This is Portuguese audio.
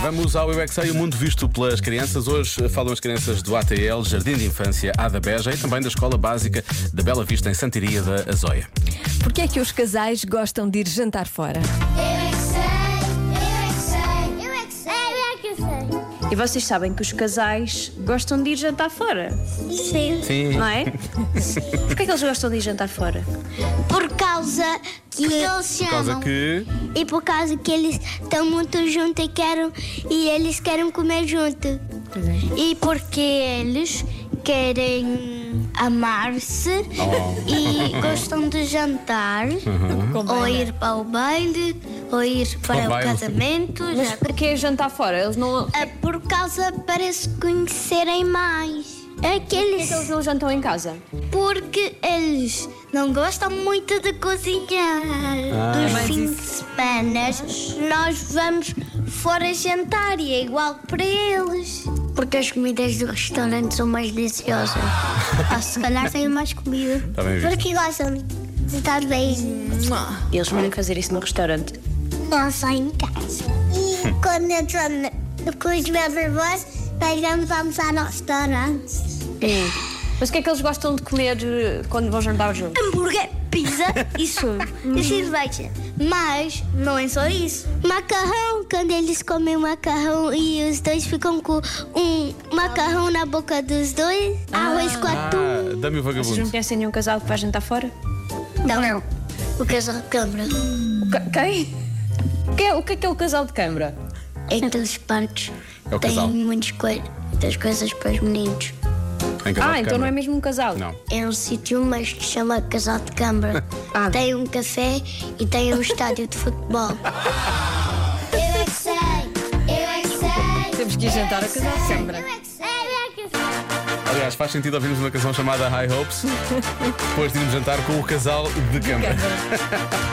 Vamos ao Eu é Que Sei, o mundo visto pelas crianças. Hoje eh, falam as crianças do ATL, Jardim de Infância Ada Beja e também da Escola Básica da Bela Vista, em Santiria da Azóia. Porquê é que os casais gostam de ir jantar fora? Eu é que sei, eu é que sei, eu é que sei, eu é que sei. E vocês sabem que os casais gostam de ir jantar fora, Sim. Sim. não é? Porquê é que eles gostam de ir jantar fora? Por causa que eles Por causa chamam. que. E por causa que eles estão muito juntos e querem e eles querem comer junto. E porque eles querem amar-se Oh. e gostam de jantar Uhum. ou ir para o baile ou ir para o baile. casamento. já- Porquê jantar fora? Eles não. É por causa para se conhecerem mais. É que eles Eles não jantam em casa. Porque eles não gostam muito de cozinhar. Ah. Dos fins de semana, nós vamos fora jantar e é igual para eles. Porque as comidas do restaurante são mais deliciosas. Ou se calhar tem mais comida. Tá bem visto. Porque gostam de estar bem. E eles podem fazer isso no restaurante. Não só em casa. E quando eu estou com os meus irmãos, nós vamos almoçar no restaurante. Mas o que é que eles gostam de comer eh, quando vão jantar juntos? hambúrguer, pizza e sumo. e cerveja. Mas não é só isso. Macarrão, quando eles comem macarrão e os dois ficam com um macarrão na boca dos dois. Arroz com atum. Ah, dame o Vocês não vagabundo. conhecem nenhum casal que vai jantar fora? Não, não. O casal de câmara. Ca- Quem? Quem é- O que é que é o casal de câmara? É que os partos É o casal. têm muitas, coi- muitas coisas para os meninos. Em casa Ah, de então não é câmara. mesmo um casal? Não. É um sítio, mas que se chama Casal de Câmara. Ah. Tem um café e tem um estádio de futebol. Eu é que sei, eu é que sei. Temos que ir jantar ao casal de câmara. Eh, Eu é que sei, eu é que sei. Aliás, faz sentido ouvirmos uma canção chamada High Hopes, depois de irmos jantar com o casal de câmara.